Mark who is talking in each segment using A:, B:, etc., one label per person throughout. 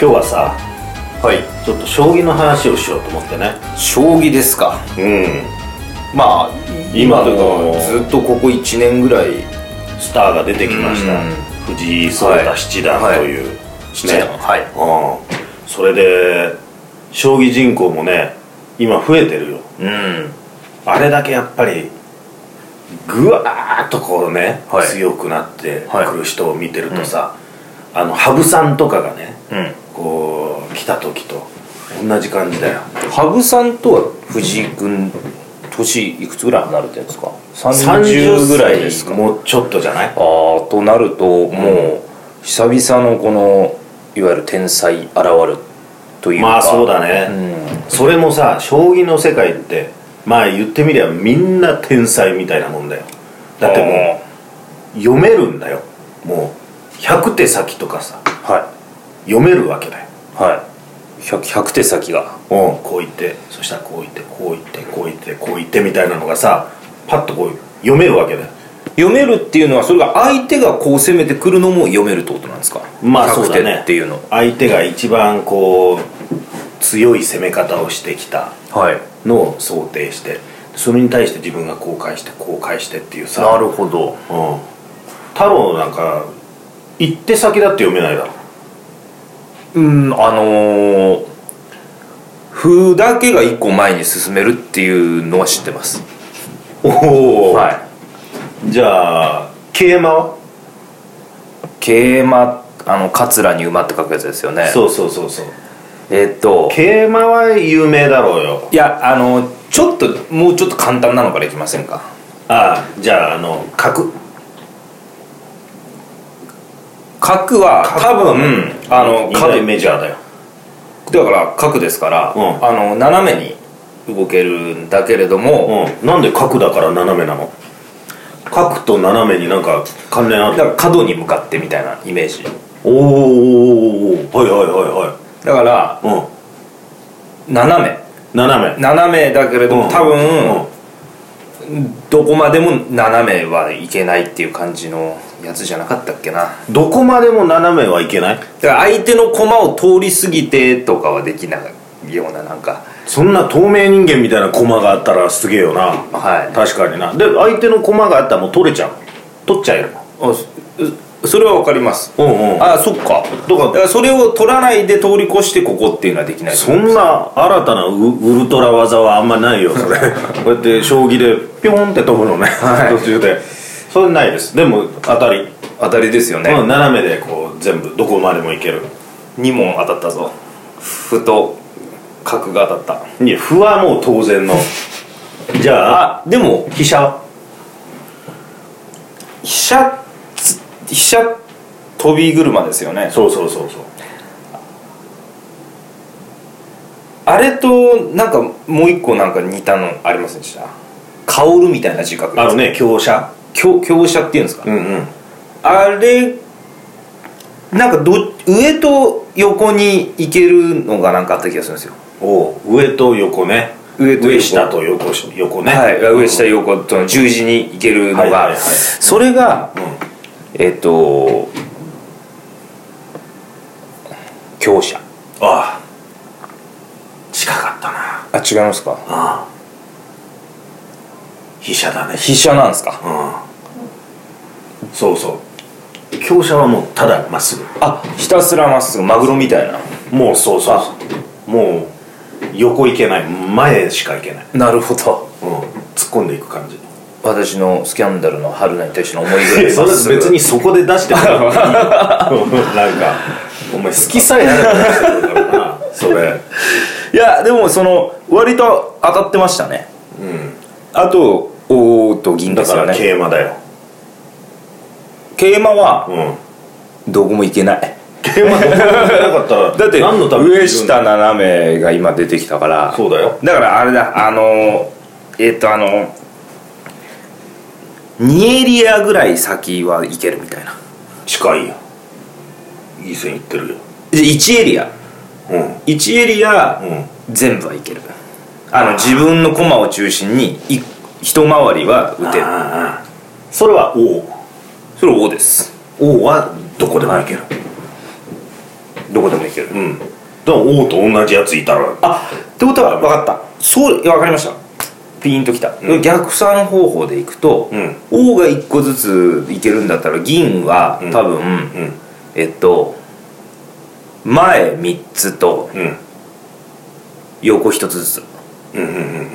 A: 今日はさ
B: はい
A: ちょっと将棋の話をしようと思ってね
B: 将棋ですか
A: うん
B: まあ
A: 今
B: 今
A: の
B: のずっとここ1年ぐらい
A: スターが出てきました
B: うん
A: 藤井聡太七段
B: はい
A: という、
B: 七段はい
A: うんそれで将棋人口もね今増えてるよ
B: うん
A: あれだけやっぱりぐわーっとこうね、
B: はい
A: 強くなって
B: はい
A: くる人を見てるとさ、あの羽生さんとかがね
B: うん
A: こう来た時と同じ感じだよ
B: 羽生さんとは藤井君年いくつぐらい離れてるんですか
A: 30
B: 30ぐらいですか
A: もうちょっとじゃない
B: あーとなるともう久々のこのいわゆる天才現るというか
A: まあそうだ
B: う
A: ね、
B: ん
A: それもさ将棋の世界ってまあ言ってみりゃみんな天才みたいなもんだよだってもう読めるんだよもう100手先とかさ
B: は
A: 読めるわけだよ
B: いはい 100, 100手先が
A: うん、こう言ってそしたらこう言ってこう言ってこう言ってこう言ってみたいなのがさパッとこう読めるわけだよ
B: 読めるっていうのはそれが相手がこう攻めてくるのも読めるってことなんですか
A: まあそうだね
B: 100手っていうの
A: 相手が一番こう強い攻め方をしてきた
B: はい
A: のを想定してそれに対して自分がこう返してこう返してっていうさ
B: なるほど
A: うん、太郎なんか行って先だって読めないだろ
B: うんあのー歩だけが一個前に進めるっていうのは知ってます
A: おお、
B: はい
A: じゃあ桂馬は
B: 桂馬あの桂に馬って書くやつですよね
A: そうそうそうそう
B: えっと
A: 桂馬は有名だろうよ
B: いやあのちょっともうちょっと簡単なのからいきませんか
A: ああじゃああの角
B: 角は
A: 角
B: 多分あの
A: 二大
B: 角
A: メジャーだよ
B: だから角ですから、
A: うん
B: あの斜めに動けるんだけれども、
A: うん、なんで角だから斜めなの角と斜めになんか関連あ
B: だ
A: る
B: から角に向かってみたいなイメージ
A: おーおーおーはいはいは
B: だから
A: いはいうん
B: 斜め
A: 斜め
B: 斜めだけれども、
A: うん
B: 多分、どこまでも斜めはいけないっていう感じのやつじゃなかったっけな
A: どこまでも斜めはいけない
B: だから相手の駒を通り過ぎてとかはできないようななんか
A: そんな透明人間みたいな駒があったらすげえよな
B: はい
A: 確かになで相手の駒があったらもう取れちゃう取っちゃえる
B: あそそれはわかります
A: うん
B: あそっか
A: どうか
B: だからそれを取らないで通り越してここっていうのはできない
A: そんな新たなウウルトラ技はあんまないよそ れこうやって将棋でピョンって飛ぶのね、
B: はい
A: 途中でそれないですでも当たり
B: 当たりですよね、
A: うん斜めでこう全部どこまでもいける
B: 2問当たったぞふと角が当たっ
A: いや歩はもう当然 のじゃあ
B: たあでも
A: 飛車は
B: 飛車つ飛車飛び車ですよね
A: そうそうそうそう
B: あれとなんかもう一個なんか似たのありませんでした薫みたいな字書く
A: あのね香車
B: 強強者っていうんですか、
A: うんうん
B: あれなんかど上と横に行けるのがなんかあった気がするんですよ
A: おう上と横ね
B: 上と横
A: 下と横し横ね
B: はい、上下横と十字に行けるのが、
A: はいはいはい
B: それが
A: う
B: えっ、と強者
A: んああ近かったな
B: あ違いますか
A: ああ飛車だね
B: 飛車なんですか
A: うんそうそう強者はもうただまっすぐ
B: あひたすらまっすぐマグロみたいな
A: もうそうそうそうもう横行けない前しか行けない、
B: なるほど
A: うん、突っ込んでいく感じ
B: 私のスキャンダルの春菜に対しての思い
A: い
B: 出
A: や それ別にそこで出してもらう なんかお前好きさえあれば出してくれるからなそれ
B: いやでもその割と当たってましたね
A: うん
B: あとおーと銀で
A: だ
B: す
A: か
B: よ
A: ら
B: ね
A: 桂馬だよ、
B: 桂馬は
A: うん、
B: どこも行けない
A: 桂馬と桂馬じゃなかったら
B: だって
A: 何のために
B: 上下斜めが今出てきたから
A: そうだよ
B: だからあれだあのえっとあの2エリアぐらい先は行けるみたいな
A: 近いよいい線いってるよ
B: で1エリア
A: うん
B: 1エリア
A: うん
B: 全部はいけるあの自分の駒を中心にい一回りは打てる
A: ああそれは王
B: それ王です
A: 王はどこでも行ける
B: どこでもいける
A: うんだから王と同じやついたら
B: あってことは分かったそういや分かりましたピンときた、
A: うん
B: 逆算方法でいくと、
A: うん
B: 王が1個ずついけるんだったら銀は
A: うん
B: 多分、
A: うん
B: えっと前3つと
A: うん
B: 横1つずつ
A: うんうんうん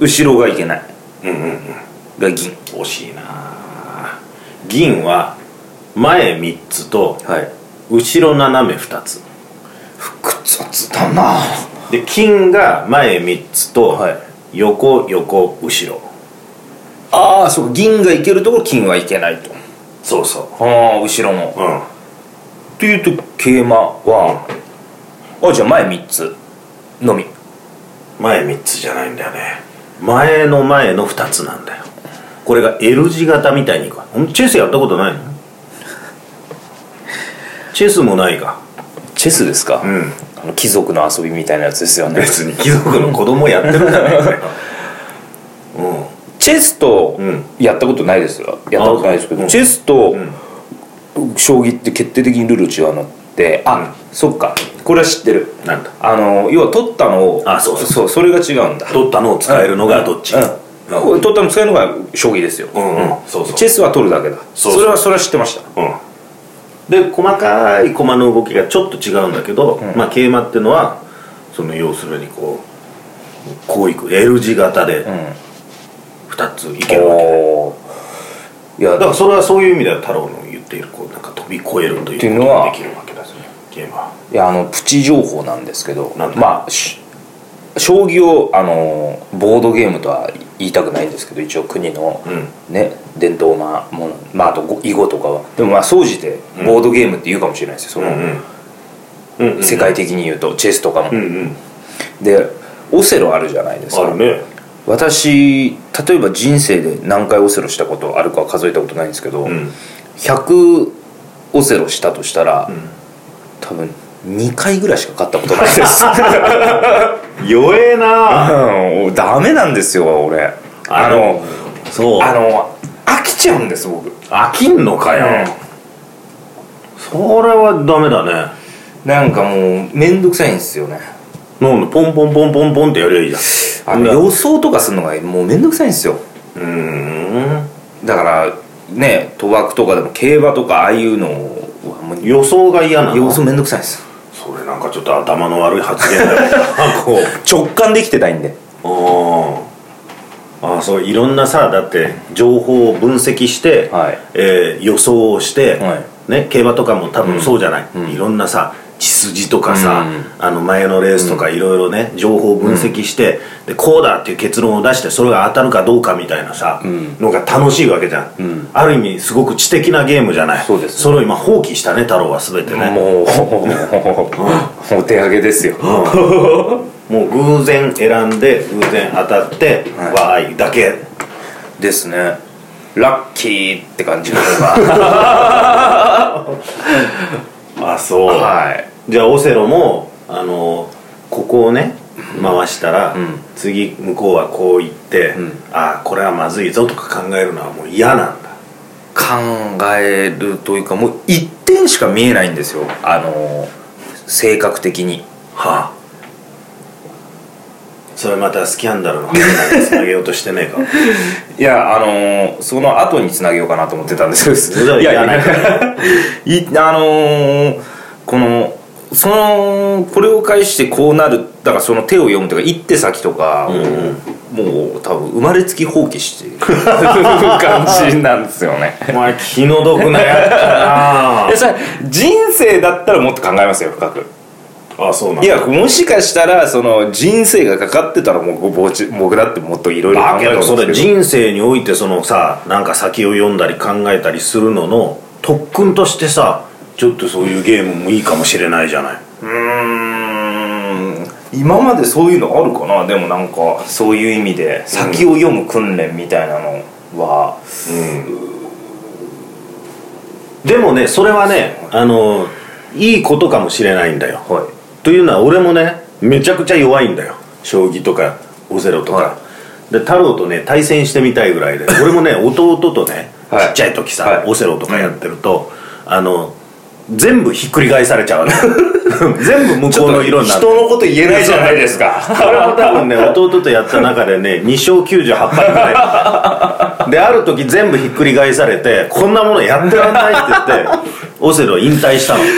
B: 後ろがいけない
A: うんうんうん
B: が銀
A: 惜しいな銀は前3つと
B: はい
A: 後ろ斜め2つ
B: 複雑だな
A: で金が前3つと
B: はい
A: 横横後ろ
B: ああそうか銀がいけるところ金はいけないと
A: そうそ
B: ああ後ろの
A: ううん
B: というと桂馬はあじゃあ前3つのみ
A: 前3つじゃないんだよね前の前の2つなんだよこれが L 字型みたいにいくわんチェスやったことないのチェスもないか
B: チェスですか、
A: ん
B: あの貴族の遊びみたいなやつですよね
A: 別に貴族の子供やってるんじゃないかうん
B: チェスと
A: うん
B: やったことないですよやったことないですけど、
A: うん
B: チェスと将棋って決定的にルール違うのってあ、
A: うん
B: そっかこれは知ってる
A: なんだ
B: あの要は取ったのを
A: あそうそう
B: そうそれが違うんだ
A: 取ったのを使えるのがどっち
B: うん
A: うん
B: うん取ったの使えるのが将棋ですよ、
A: うんうんそうそう
B: チェスは取るだけだ
A: そうそう
B: れはそれは知ってました
A: うん、で細かい駒の動きがちょっと違うんだけど、まあ、桂馬っていうのはその要するにこうこういく L 字型で2ついけるわけ、
B: おーいや
A: だからそれはそういう意味では太郎の言っているこうなんか飛び越えるという
B: っていう
A: こ
B: の
A: と
B: は
A: ができるわけですねゲームはい
B: やあのプチ情報なんですけど
A: なんだ
B: まあし将棋をあのボードゲームとは言いたくないんですけど一応国の
A: うん、
B: ね伝統なものまああとご囲碁とかはでもまあ総じてボードゲームって言うかもしれないですよ、
A: うんうん
B: その世界的に言うとチェスとかも、
A: うんうん
B: でオセロあるじゃないです
A: あ
B: か
A: るね
B: 私例えば人生で何回オセロしたことあるかは数えたことないんですけど、
A: うん
B: 100オセロしたとしたら、多分2回ぐらいしか勝ったことないです
A: 弱え な
B: うんダメなんですよ俺あの
A: そう
B: あの飽きちゃうんです僕
A: 飽きんのかよ、それはダメだね
B: なんかもう面倒くさいんですよね
A: なんでポンポンポンポンポンってやりゃいいじゃ
B: あ
A: ん
B: の予想とかするのがもう面倒くさいんですよ
A: うーん
B: だからね賭博とかでも競馬とかああいうのはもう
A: 予想が嫌なの
B: 予想面倒くさいんです
A: それなんかちょっと頭の悪い発言だ よなんかこ
B: 直感できてないんで
A: うあーあーそういろんなさだって情報を分析して、
B: はい
A: えー予想をして、
B: はい
A: ね、競馬とかも多分そうじゃない、いろんなさ血筋とかさ、あの前のレースとかいろいろね情報を分析して、でこうだっていう結論を出してそれが当たるかどうかみたいなさ、のが楽しいわけじゃん、ある意味すごく知的なゲームじゃない
B: そうです
A: それを今放棄したね太郎は全てね
B: もうお手上げですよ
A: もう偶然選んで偶然当たって
B: はい
A: わーいだけ
B: ですねラッキーって感じの方が
A: あそう
B: はい
A: じゃあオセロもあのここをね回したら、次向こうはこう行って、ああこれはまずいぞとか考えるのはもう嫌なんだ
B: 考えるというかもう一点しか見えないんですよあの性格的に
A: はあそれまたスキャンダルの話につなげようとしてねえか
B: いやあのその後につなげようかなと思ってたんです
A: それはいいら
B: や
A: ない
B: い やいあのこのそのこれを介してこうなるだからその手を読むとか一手先とかを、もう多分生まれつき放棄してる感じなんですよね
A: お前気の毒なやつだ
B: いやそれ人生だったらもっと考えますよ深く
A: なあそうなん
B: い
A: だ
B: やもしかしたらその人生がかかってたらもうぼち僕だってもっといろいろ考
A: だ
B: え
A: け
B: る
A: ど
B: ん
A: そ
B: で
A: れ
B: すけど
A: 人生においてそのさなんか先を読んだり考えたりするのの特訓としてさちょっとそういうゲームもいいかもしれないじゃないう
B: ーん今までそういうのあるかなでもなんかそういう意味で先を読む訓練みたいなのは、
A: でもねそれはねあのいいことかもしれないんだよ
B: はい
A: というのは俺もねめちゃくちゃ弱いんだよ将棋とかオセロとか、
B: は
A: で太郎とね対戦してみたいぐらいで 俺もね弟とね、
B: は
A: ち
B: い
A: っちゃい時さ、
B: はい
A: オセロとかやってると、あの全部ひっくり返されちゃうわ け全部向こうの色になる
B: 人のこと言えないじゃないですか
A: これも多分ね弟とやった中でね2勝98敗ぐらいだったである時全部ひっくり返されてこんなものやってらんないって言ってオセロ引退したの
B: い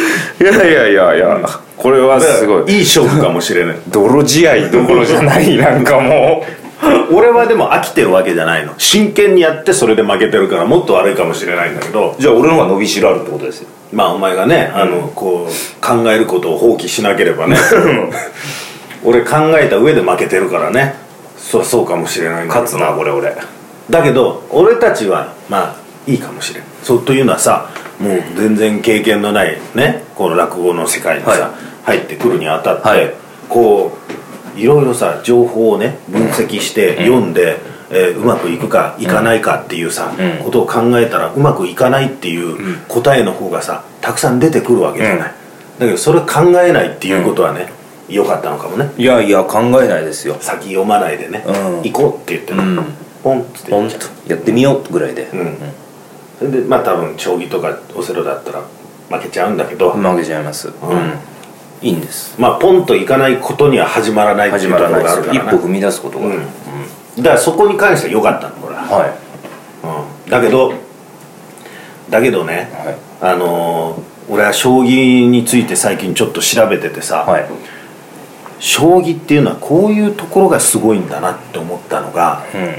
B: やいやいやいやこれはすごい
A: いい勝負かもしれない
B: 泥仕合どころじゃないなんかも
A: 俺はでも飽きてるわけじゃないの真剣にやってそれで負けてるからもっと悪いかもしれないんだけど
B: うじゃあ俺の方が伸びしろあるってことですよ
A: まあお前がね、あのこう考えることを放棄しなければね俺考えた上で負けてるからねそうそうかもしれないんだけど
B: 勝つなこれ俺
A: だけど俺たちはまあいいかもしれんそうというのはさもう全然経験のないねこの落語の世界にさ、
B: は
A: 入ってくるにあたって、
B: はい
A: こういろいろさ情報をね分析して読んで、うえーうまくいくかいかないかっていうさ、
B: うん
A: ことを考えたらうまくいかないっていう答えの方がさたくさん出てくるわけじゃない、だけどそれ考えないっていうことはね良、かったのかもね
B: いやいや考えないですよ
A: 先読まないでね、
B: うん
A: 行こうって言ってね、
B: うん
A: ポンっつって
B: ほんとやってみようぐらいで、
A: うんそれでまあ多分将棋とかオセロだったら負けちゃうんだけど、
B: 負けちゃいますうん、いいんです
A: まあポンといかないことには始まらないってい
B: 始
A: うと
B: ま
A: ころ
B: らないで
A: があ
B: す
A: るから
B: 一
A: な
B: 歩踏み出すことが、
A: うんだからそこに関しては良かったのほら、
B: は
A: うんだけどだけどね
B: い、はい
A: あのー俺は将棋について最近ちょっと調べててさ、
B: はい
A: 将棋っていうのはこういうところがすごいんだなって思ったのが
B: うん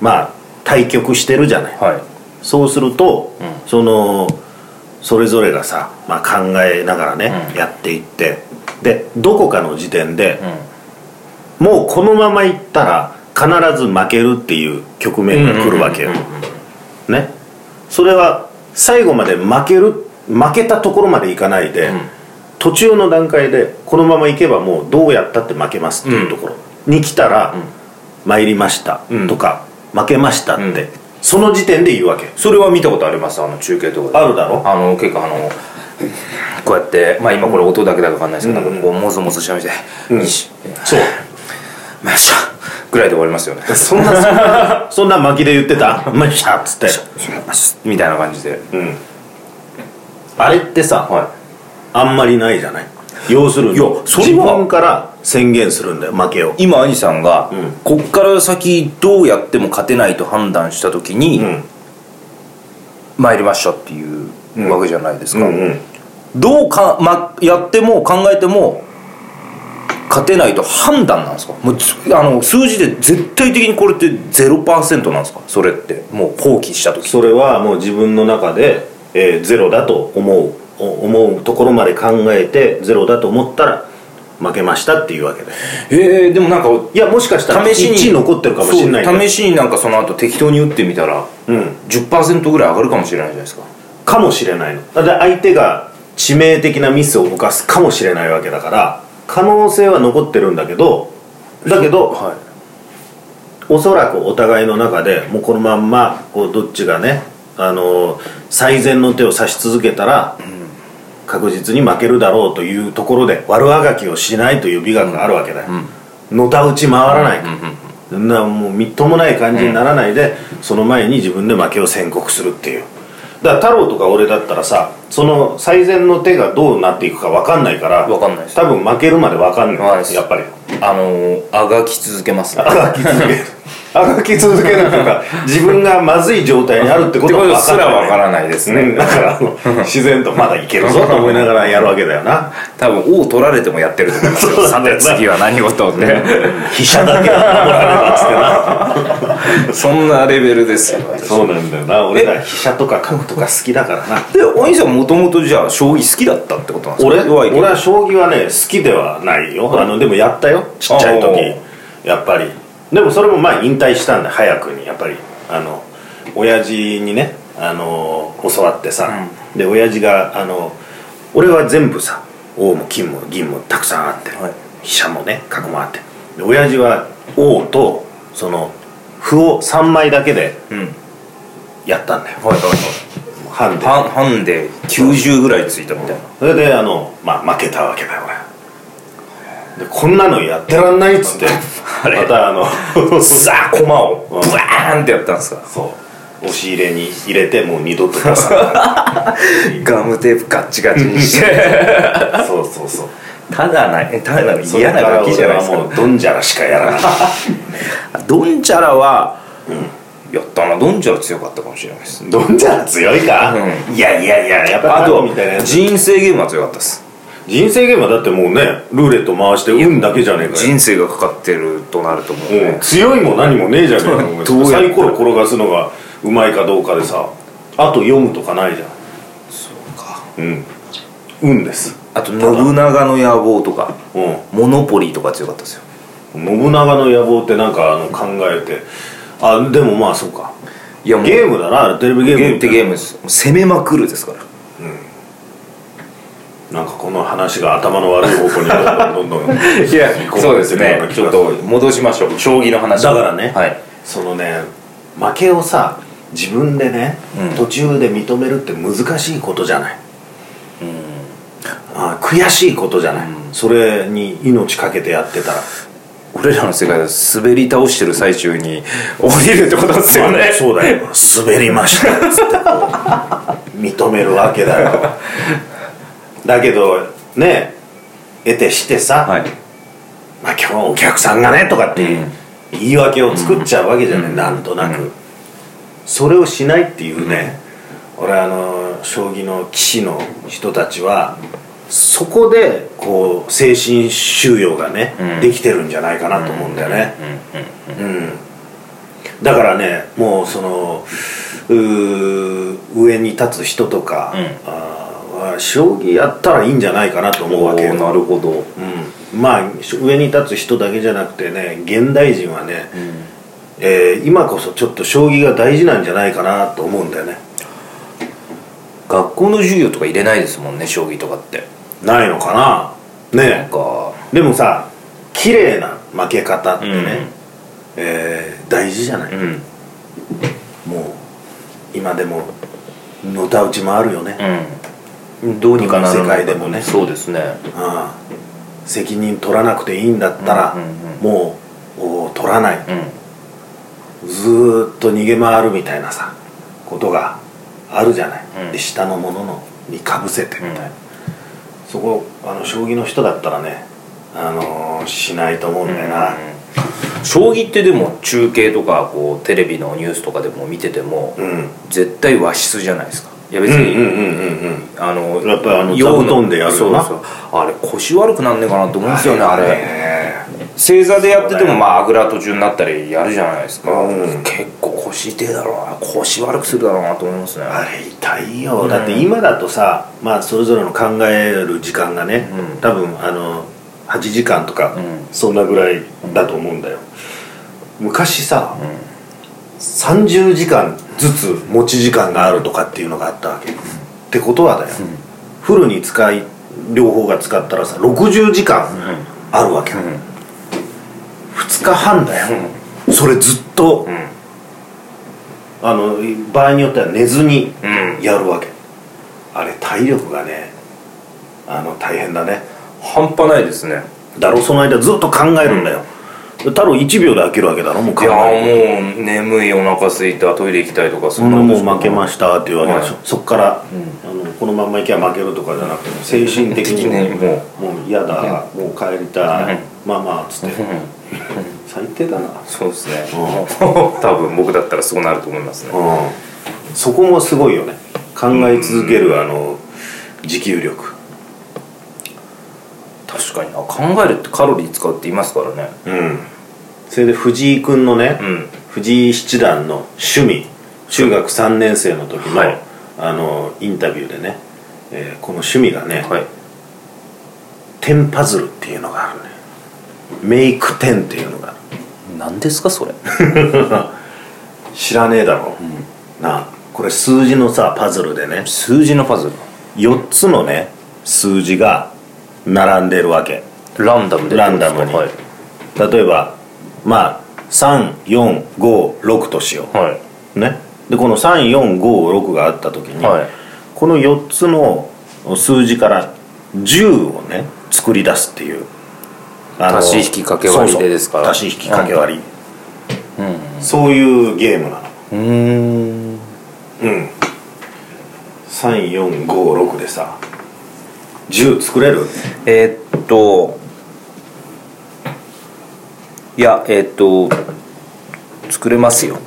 A: まあ対局してるじゃない
B: はい
A: そうすると、
B: うん
A: そのそれぞれがさ、まあ、考えながらね、
B: うん
A: やっていってでどこかの時点で、もうこのままいったら必ず負けるっていう局面が来るわけよ、
B: うんうん
A: ねそれは最後まで負ける負けたところまでいかないで、
B: ん
A: 途中の段階でこのままいけばもうどうやったって負けますっていうところに来たら「参りました」とか「負けました」って、
B: うん
A: その時点で言うわけ
B: それは見たことありますあの中継とかで
A: あるだろ
B: あの結構あのこうやってまあ今これ音だけだかわかんないですけど、
A: うん
B: なんかこうもぞもぞしゃべって「
A: うん
B: よし
A: そう
B: ました」ぐらいで終わりますよね
A: そん なそんな巻きで言ってた「ました」っつって、
B: みたいな感じで
A: うん、あれってさ
B: は
A: あんまりないじゃない要するに
B: いやそれは
A: 自分から宣言するんだよ負けを
B: い今兄さんが、
A: うん
B: こっから先どうやっても勝てないと判断した時に「
A: うん
B: 参りました」っていうわけじゃないです
A: う
B: か、
A: んうん
B: どうか、ま、やっても考えても勝てないと判断なんですかもうつあの数字で絶対的にこれって0%なんですかそれってもう放棄した時
A: それはもう自分の中で、えーゼロだと思うお思うところまで考えてゼロだと思ったら負けましたっていうわけで
B: ええでもなんか
A: いやもしかしたら
B: 試し
A: 1
B: に
A: 残ってるかもしれない
B: そ
A: ん
B: う
A: だよ
B: 試しになんかその後適当に打ってみたら
A: うん
B: 10%ぐらい上がるかもしれないじゃないですか
A: かもしれないのだって相手が致命的なミスを犯すかもしれないわけだから可能性は残ってるんだけどだけど
B: は
A: おそらくお互いの中でもうこのまんまこうどっちがね、あのー最善の手を指し続けたら確実に負けるだろうというところで悪あがきをしないという美学があるわけだよ、のたうち回らないと、なもうみっともない感じにならないで、その前に自分で負けを宣告するっていうだから太郎とか俺だったらさその最善の手がどうなっていくか分かんないから
B: わかんないです
A: 多分負けるまで分かん
B: わかんない
A: な
B: で
A: い
B: す
A: やっぱり
B: あのー、あがき続けますね
A: あがき続けるあがき続けるというか自分がまずい状態にあるってこと
B: ってことすらわかららないです
A: な
B: ね、
A: い うんだからあの自然とまだいけるぞと思いながらやるわけだよ な
B: 多分王取られてもやってると思います よ
A: そう
B: さ
A: なんだよ
B: て
A: な
B: 次は何事って、
A: 飛車だけは守られたっつってな
B: そんなレベルですよ
A: そうなんだよな俺ら飛車とか角とか好きだからな
B: でお兄さんもともとじゃあ将棋好きだったってことなんですか
A: 俺
B: 弱いけど
A: 俺は将棋はね好きではないよあのでもやったよちっちゃい時やっぱりでもそれもまあ引退したんで早くにやっぱりあの親父にねあの教わってさ、で親父があの俺は全部さ王も金も銀もたくさんあって、
B: はい
A: 飛車もね角もあってで親父は王とその歩を3枚だけで
B: うんはい
A: やったんだよ
B: はいはい
A: ハンデ
B: ハンハンで90ぐらいついたみたいな
A: それであの、まあ、負けたわけだよ俺でこんなのやってらんないっつってま
B: あ れ
A: たあの
B: さあ駒をブワーンってやったんですか
A: そう押し入れに入れてもう二度と出さな
B: ガムテープガッチガチにして
A: い そうそうそう
B: ただないただ
A: それ
B: 嫌な
A: から
B: ガキじゃないです
A: 俺はも
B: か
A: うドンジャラしかやらない
B: ドンチャラは、やったなドンチャラ強かったかもしれないです
A: ドンジャラ強いか、
B: う
A: いやいやいややっぱ
B: あ
A: あ
B: と
A: とみたいなやつ
B: 人生ゲームは強かったです
A: 人生ゲームはだってもうねルーレット回して運だけじゃねえかよ
B: 人生がかかってるとなると思う
A: もう
B: ね
A: 強いも何もねえじゃねえかお前
B: どうやって
A: サイコロ転がすのがうまいかどうかでさあと読むとかないじゃんうん運です
B: あと信長の野望とか
A: うん
B: モノポリーとか強かったですよ
A: 信長の野望ってなんかあの考えてあでもまあそうか
B: いやもう
A: ゲームだなテレビゲ
B: ゲ
A: ーム
B: ームってゲームです攻めまくるですから
A: なんかこの話が頭の悪い方向にどんどんどんどん
B: いやそうです
A: こ
B: ね
A: う
B: ちょっと戻しましょう将棋の話
A: だからね
B: はい
A: そのね負けをさ自分でね、
B: うん
A: 途中で認めるって難しいことじゃない、あ悔しいことじゃない、それに命かけてやってたら
B: 俺らの世界は滑り倒してる最中に降りるってことですよね
A: あそうだよ滑りま したっつってこう認めるわけだよだけどね得てしてさ、
B: はい
A: まあ、今日はお客さんがねとかっていう言い訳を作っちゃうわけじゃない、なんとなく、それをしないっていうね、俺あの将棋の棋士の人たちはそこでこう精神収容がね、
B: うん
A: できてるんじゃないかなと思うんだよね、うんだからねもうそのうー上に立つ人とか、
B: うん
A: あーは将棋やったらいいんじゃないかなと思う
B: お
A: わけよ
B: ーなるほど
A: うん、まあ上に立つ人だけじゃなくてね現代人はね、えー今こそちょっと将棋が大事なんじゃないかなと思うんだよね
B: 学校の授業とか入れないですもんね将棋とかって
A: ないのかな
B: なん
A: ね
B: か
A: えでもさ綺麗な負け方ってね、
B: うん
A: えー大事じゃない、
B: ん
A: もう今でものたうちもあるよね、
B: うんどうにかなるのか
A: 世界でもね
B: そうですね
A: ああ責任取らなくていいんだったら、
B: うんうん
A: もうお取らない、
B: うん
A: ずーっと逃げ回るみたいなさことがあるじゃない、
B: うん
A: で下のもののにかぶせてみたいな、
B: うん
A: そこあの将棋の人だったらね、あのーしないと思うんだよな、
B: 将棋ってでも中継とかこうテレビのニュースとかでも見てても、
A: うん、
B: 絶対和室じゃないですかいや
A: う
B: 別
A: んうん
B: に、
A: うんうんうん
B: あの
A: やっぱりあの
B: 洋
A: 座布団でやるよな
B: そうそうあれ腰悪くなんねえかなと思うんですよねあれ
A: ね
B: 正座でやっててもまああぐら途中になったりやるじゃないですか、
A: うん
B: 結構腰痛えだろうな腰悪くするだろうなと思いますね
A: あれ痛いよ、だって今だとさ、まあ、それぞれの考える時間がね、
B: うん
A: 多分あの8時間とか、
B: うん
A: そんなぐらいだと思うんだよ昔さ、30時間ずつ持ち時間があるとかっていうのがあったわけ、ってことはだよ、フルに使い両方が使ったらさ60時間あるわけ、
B: ん
A: 2日半だよ、それずっと、あの場合によっては寝ずに
B: うん
A: やるわけ、あれ体力がねあの大変だね
B: 半端ないですね
A: だろその間ずっと考えるんだよ、太郎1秒で飽きるわけだろもう
B: い
A: 考
B: や
A: える
B: ーもう眠いお腹空いたトイレ行きたいとかそ
A: そんなもう
B: も
A: 負けましたっていうわけでしょ、
B: は
A: そっから、あのこのまんまいけば負けるとかじゃなくても精神的に
B: ね
A: も
B: も
A: うもう嫌だ、もう帰りたい、
B: うん
A: まあまあっつって、
B: う、うん
A: 最低だな
B: そうですね、
A: う
B: 多分僕だったらそうなると思いますね
A: うんそこもすごいよね考え続けるあの持久力
B: 確かにな考えるってカロリー使うって言いますからね
A: うんそれで藤井君のね、
B: うん
A: 藤井七段の趣味中学3年生の時の,、
B: はい
A: あのインタビューでね、えーこの趣味がね、
B: はい
A: 点パズルっていうのがあるねメイク点っていうのがある
B: 何ですかそれ
A: 知らねえだろ、なあこれ数字のさパズルでね
B: 数字のパズ
A: 4つのね数字が並んでるわけ
B: ルランダムで
A: ランダムに
B: はい
A: 例えばまあ3456としよ
B: は
A: うねでこの3456があった時
B: い
A: に、
B: はい
A: この4つの数字から10をね作り出すっていうあの
B: 足し引き掛け割りでですから
A: そうそう足し引き掛け割り、
B: う
A: そういうゲームなの
B: ーん
A: うん3456でさ10作れる
B: えーっといやえーっと作れますよ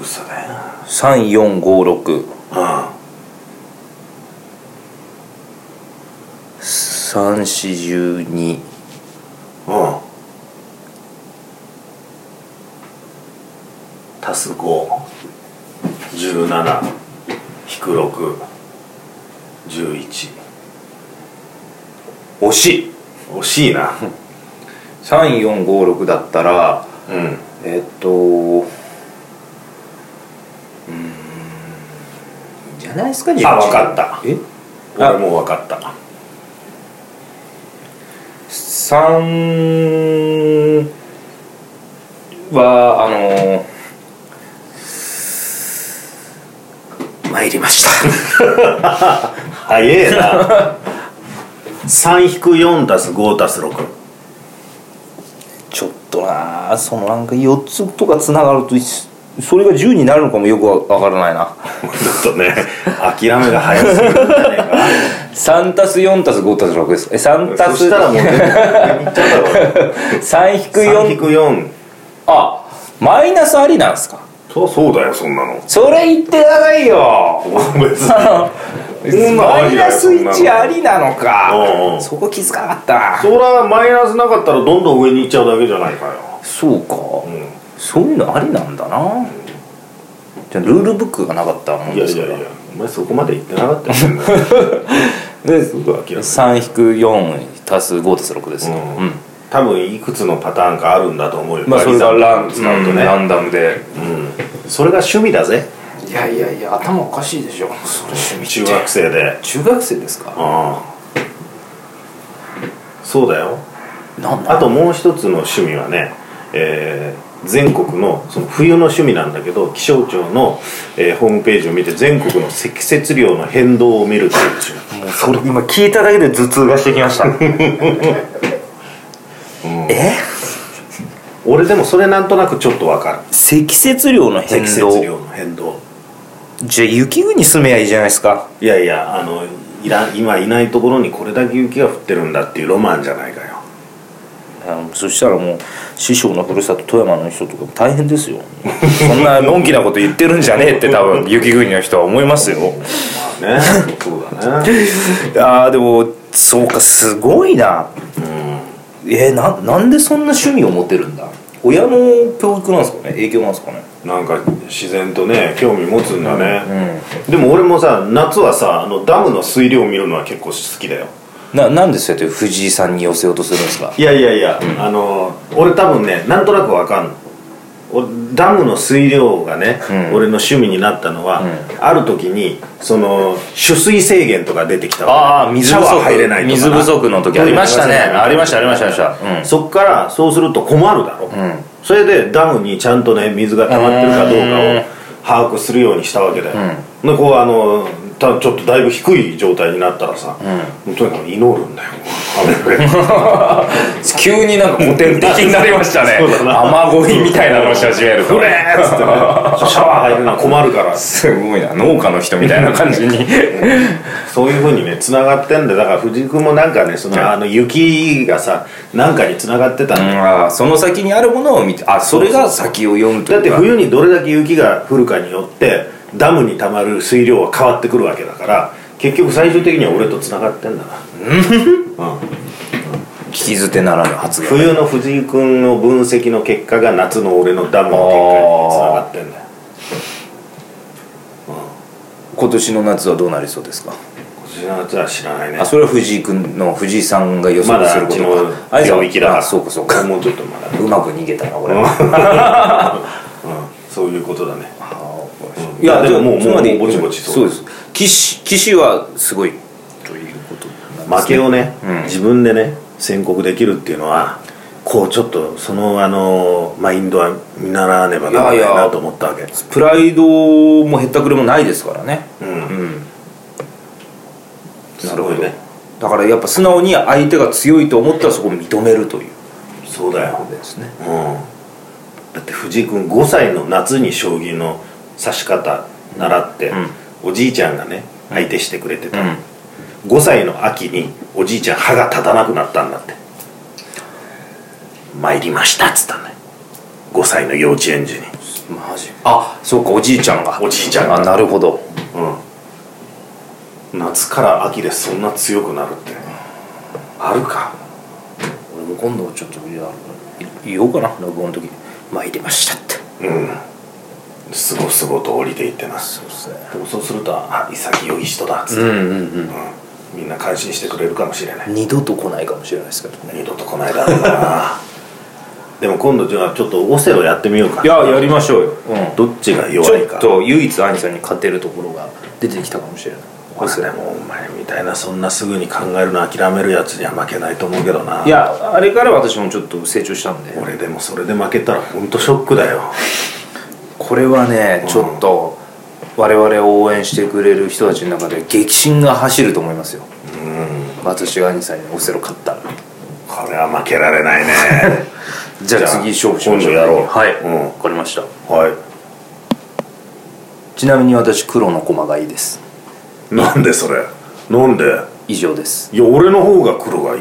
A: 嘘だよな
B: 3456
A: あ
B: 三四十二
A: あうん足す517引く611
B: 惜しい
A: 惜しいな
B: 3456だったら
A: うん
B: えっとうーんじゃないですか自
A: あわかった
B: え
A: 俺もう分かった
B: 3はあのー参りました
A: 早えな3引く4足す5足す6
B: ちょっとなあそのなんか4つとかつながるといつそれが10になるのかもよくわわからないな
A: ちょっとね諦めが早すぎるんじゃね え
B: 3たす4たす5たす6ですえ3
A: か
B: た
A: そ
B: す
A: したらもう全部いっちゃうだろう
B: 3引く
A: 3
B: 4
A: 引く4
B: あマイナスありなんですか
A: そうそうだよそんなの
B: それ言ってくださいよ
A: 別にんな
B: マ
A: あ
B: イ
A: り
B: ナ
A: だよ
B: ス
A: そんなの
B: 1ありなのか
A: うんうん
B: そこ気づかなかったな
A: そらマイナスなかったらどんどん上に行っちゃうだけじゃないかよ、
B: そうか
A: う
B: そういうのありなんだなじゃあルールブックがなかったも
A: ん、
B: ん
A: いや
B: です
A: い
B: か
A: や
B: ら
A: いやお前そこまで行ってなかったよ、
B: で
A: ぐ諦める
B: 3引く4足す5足す6ですよ
A: うん
B: うん
A: 多分いくつのパターンかあるんだと思うよ
B: まあそれがラン
A: 使うと
B: うん
A: ね、
B: ランダムで
A: うんそれが趣味だぜ
B: いやいやいや頭おかしいでしょそれ趣味
A: 中学生で
B: 中学生ですか
A: ああそうだよ
B: なんだ
A: あともう一つの趣味はね、えー全国のその冬の趣味なんだけど気象庁の、えーホームページを見て全国の積雪量の変動を見るっていう趣味
B: もうそれ今聞いただけで頭痛がしてきました え
A: 俺でもそれなんとなくちょっとわかる
B: 積雪量の変
A: 積雪
B: 動
A: 量の変動
B: じゃあ雪国住めやいいじゃないですか
A: いやいやあのいら今いないところにこれだけ雪が降ってるんだっていうロマンじゃないかよ
B: あのそしたらもう師匠のふるさと富山の人とか大変ですよそんなのんきなこと言ってるんじゃねえって多分雪国の人は思いますよ
A: まあ ねそうだね
B: あーでもそうかすごいなえー、ななんでそんな趣味を持てるんだ親の教育なんですかね影響なんですかね
A: なんか自然とね興味持つんだね、でも俺もさ夏はさあのダムの水量を見るのは結構好きだよ
B: ななんでそうやって藤井さんに寄せようとするんですか
A: いやいやいや、あの俺多分ねなんとなくわかんの俺ダムの水量がね、
B: うん
A: 俺の趣味になったのは、ある時にその取水制限とか出てきたわ
B: ああ水
A: シャ
B: 不
A: ワー
B: 足
A: 入れないとかな
B: 水不足の時ありました
A: ト
B: ね
A: イレ流せない
B: ありましたありましたありましたうん
A: そっからそうすると困るだろ、
B: ん
A: それでダムにちゃんとね水が溜まってるかどうかを把握するようにしたわけだよ、でこうあのたちょっとだいぶ低い状態になったらさ、もうとにかく祈るんだよ雨が
B: 急になんか古典的になりましたね
A: そうだな
B: 雨乞いみたいなのをし始めると
A: どれーっ つってねシャワー入るのは困るから
B: すごいな農家の人みたいな 感じに
A: そういうふうにねつながってんだよだから藤井君もなんかねその、あの雪がさなんかにつながってたんだよ
B: あーその先にあるものを見てあそれが先を読むと
A: だっ
B: い
A: て
B: うか
A: 冬にどれだけ雪が降るかによってダムにたまる水量は変わってくるわけだから結局最終的には俺とつながってんだな、う ん、
B: 聞き捨てならぬ発言
A: 冬の藤井君の分析の結果が夏の俺のダムの結果につながってんだよ
B: 今年の夏はどうなりそうですか
A: 今年の夏は知らないね
B: あそれは藤井君の藤井さんが予
A: ま
B: 測
A: だ
B: す
A: あ
B: る
A: っ
B: こ
A: ち
B: と
A: の
B: かあいつは
A: 領域だから
B: あそうかそうか
A: もうちょっとまだ、
B: うまく逃げたな俺
A: うん、そういうことだね
B: いやでももう
A: もう
B: つまり
A: もうぼちぼち
B: そ
A: そうう
B: です騎士騎士はすごいということ
A: 負けをね、自分でね宣告できるっていうのはこうちょっとそのあのマインドは見習わねばならないい
B: やいや
A: なと思ったわけ
B: プライドもへったくれもないですからね
A: うん
B: うん
A: すごいね
B: だからやっぱ素直に相手が強いと思ったらそこを認めるという
A: そうだよ
B: ことですね
A: うんだって藤井君5歳の夏に将棋の指し方習って、おじいちゃんがね相手してくれてた、5歳の秋におじいちゃん歯が立たなくなったんだって参りましたっつったんだよ5歳の幼稚園児に
B: マジあそうかおじいちゃんが
A: おじいちゃんが
B: あなるほど
A: 夏から秋でそんな強くなるってあるか
B: 俺も今度ちょっといやい言おうかな録音の時に「参りました」って
A: すごすごと降りていってな
B: そうですね
A: でもそうするとあ潔い人だっつって、
B: うんうん
A: みんな感心してくれるかもしれない
B: うん二度と来ないかもしれないですけどね
A: 二度と来ないだろう なでも今度じゃあちょっとオセロやってみようか
B: いややりましょうよ、うん
A: どっちが弱
B: ちょ
A: い
B: っ
A: か
B: と唯一兄さんに勝てるところが出てきたかもしれない
A: これでもお前みたいなそんなすぐに考えるの諦めるやつには負けないと思うけどない
B: やあれから私もちょっと成長したんで
A: 俺でもそれで負けたら本当ショックだよ
B: これはねちょっと我々を応援してくれる人たちの中で激震が走ると思いますよ私が兄さんにオセロ勝ったら
A: これは負けられないね
B: じゃあ次勝負しまし
A: 今度
B: ょう
A: やろう
B: はい、
A: うん
B: 分かりました
A: はい
B: ちなみに私黒の駒がいいです
A: なんでそれなんで
B: 以上です
A: いや俺の方が黒がいい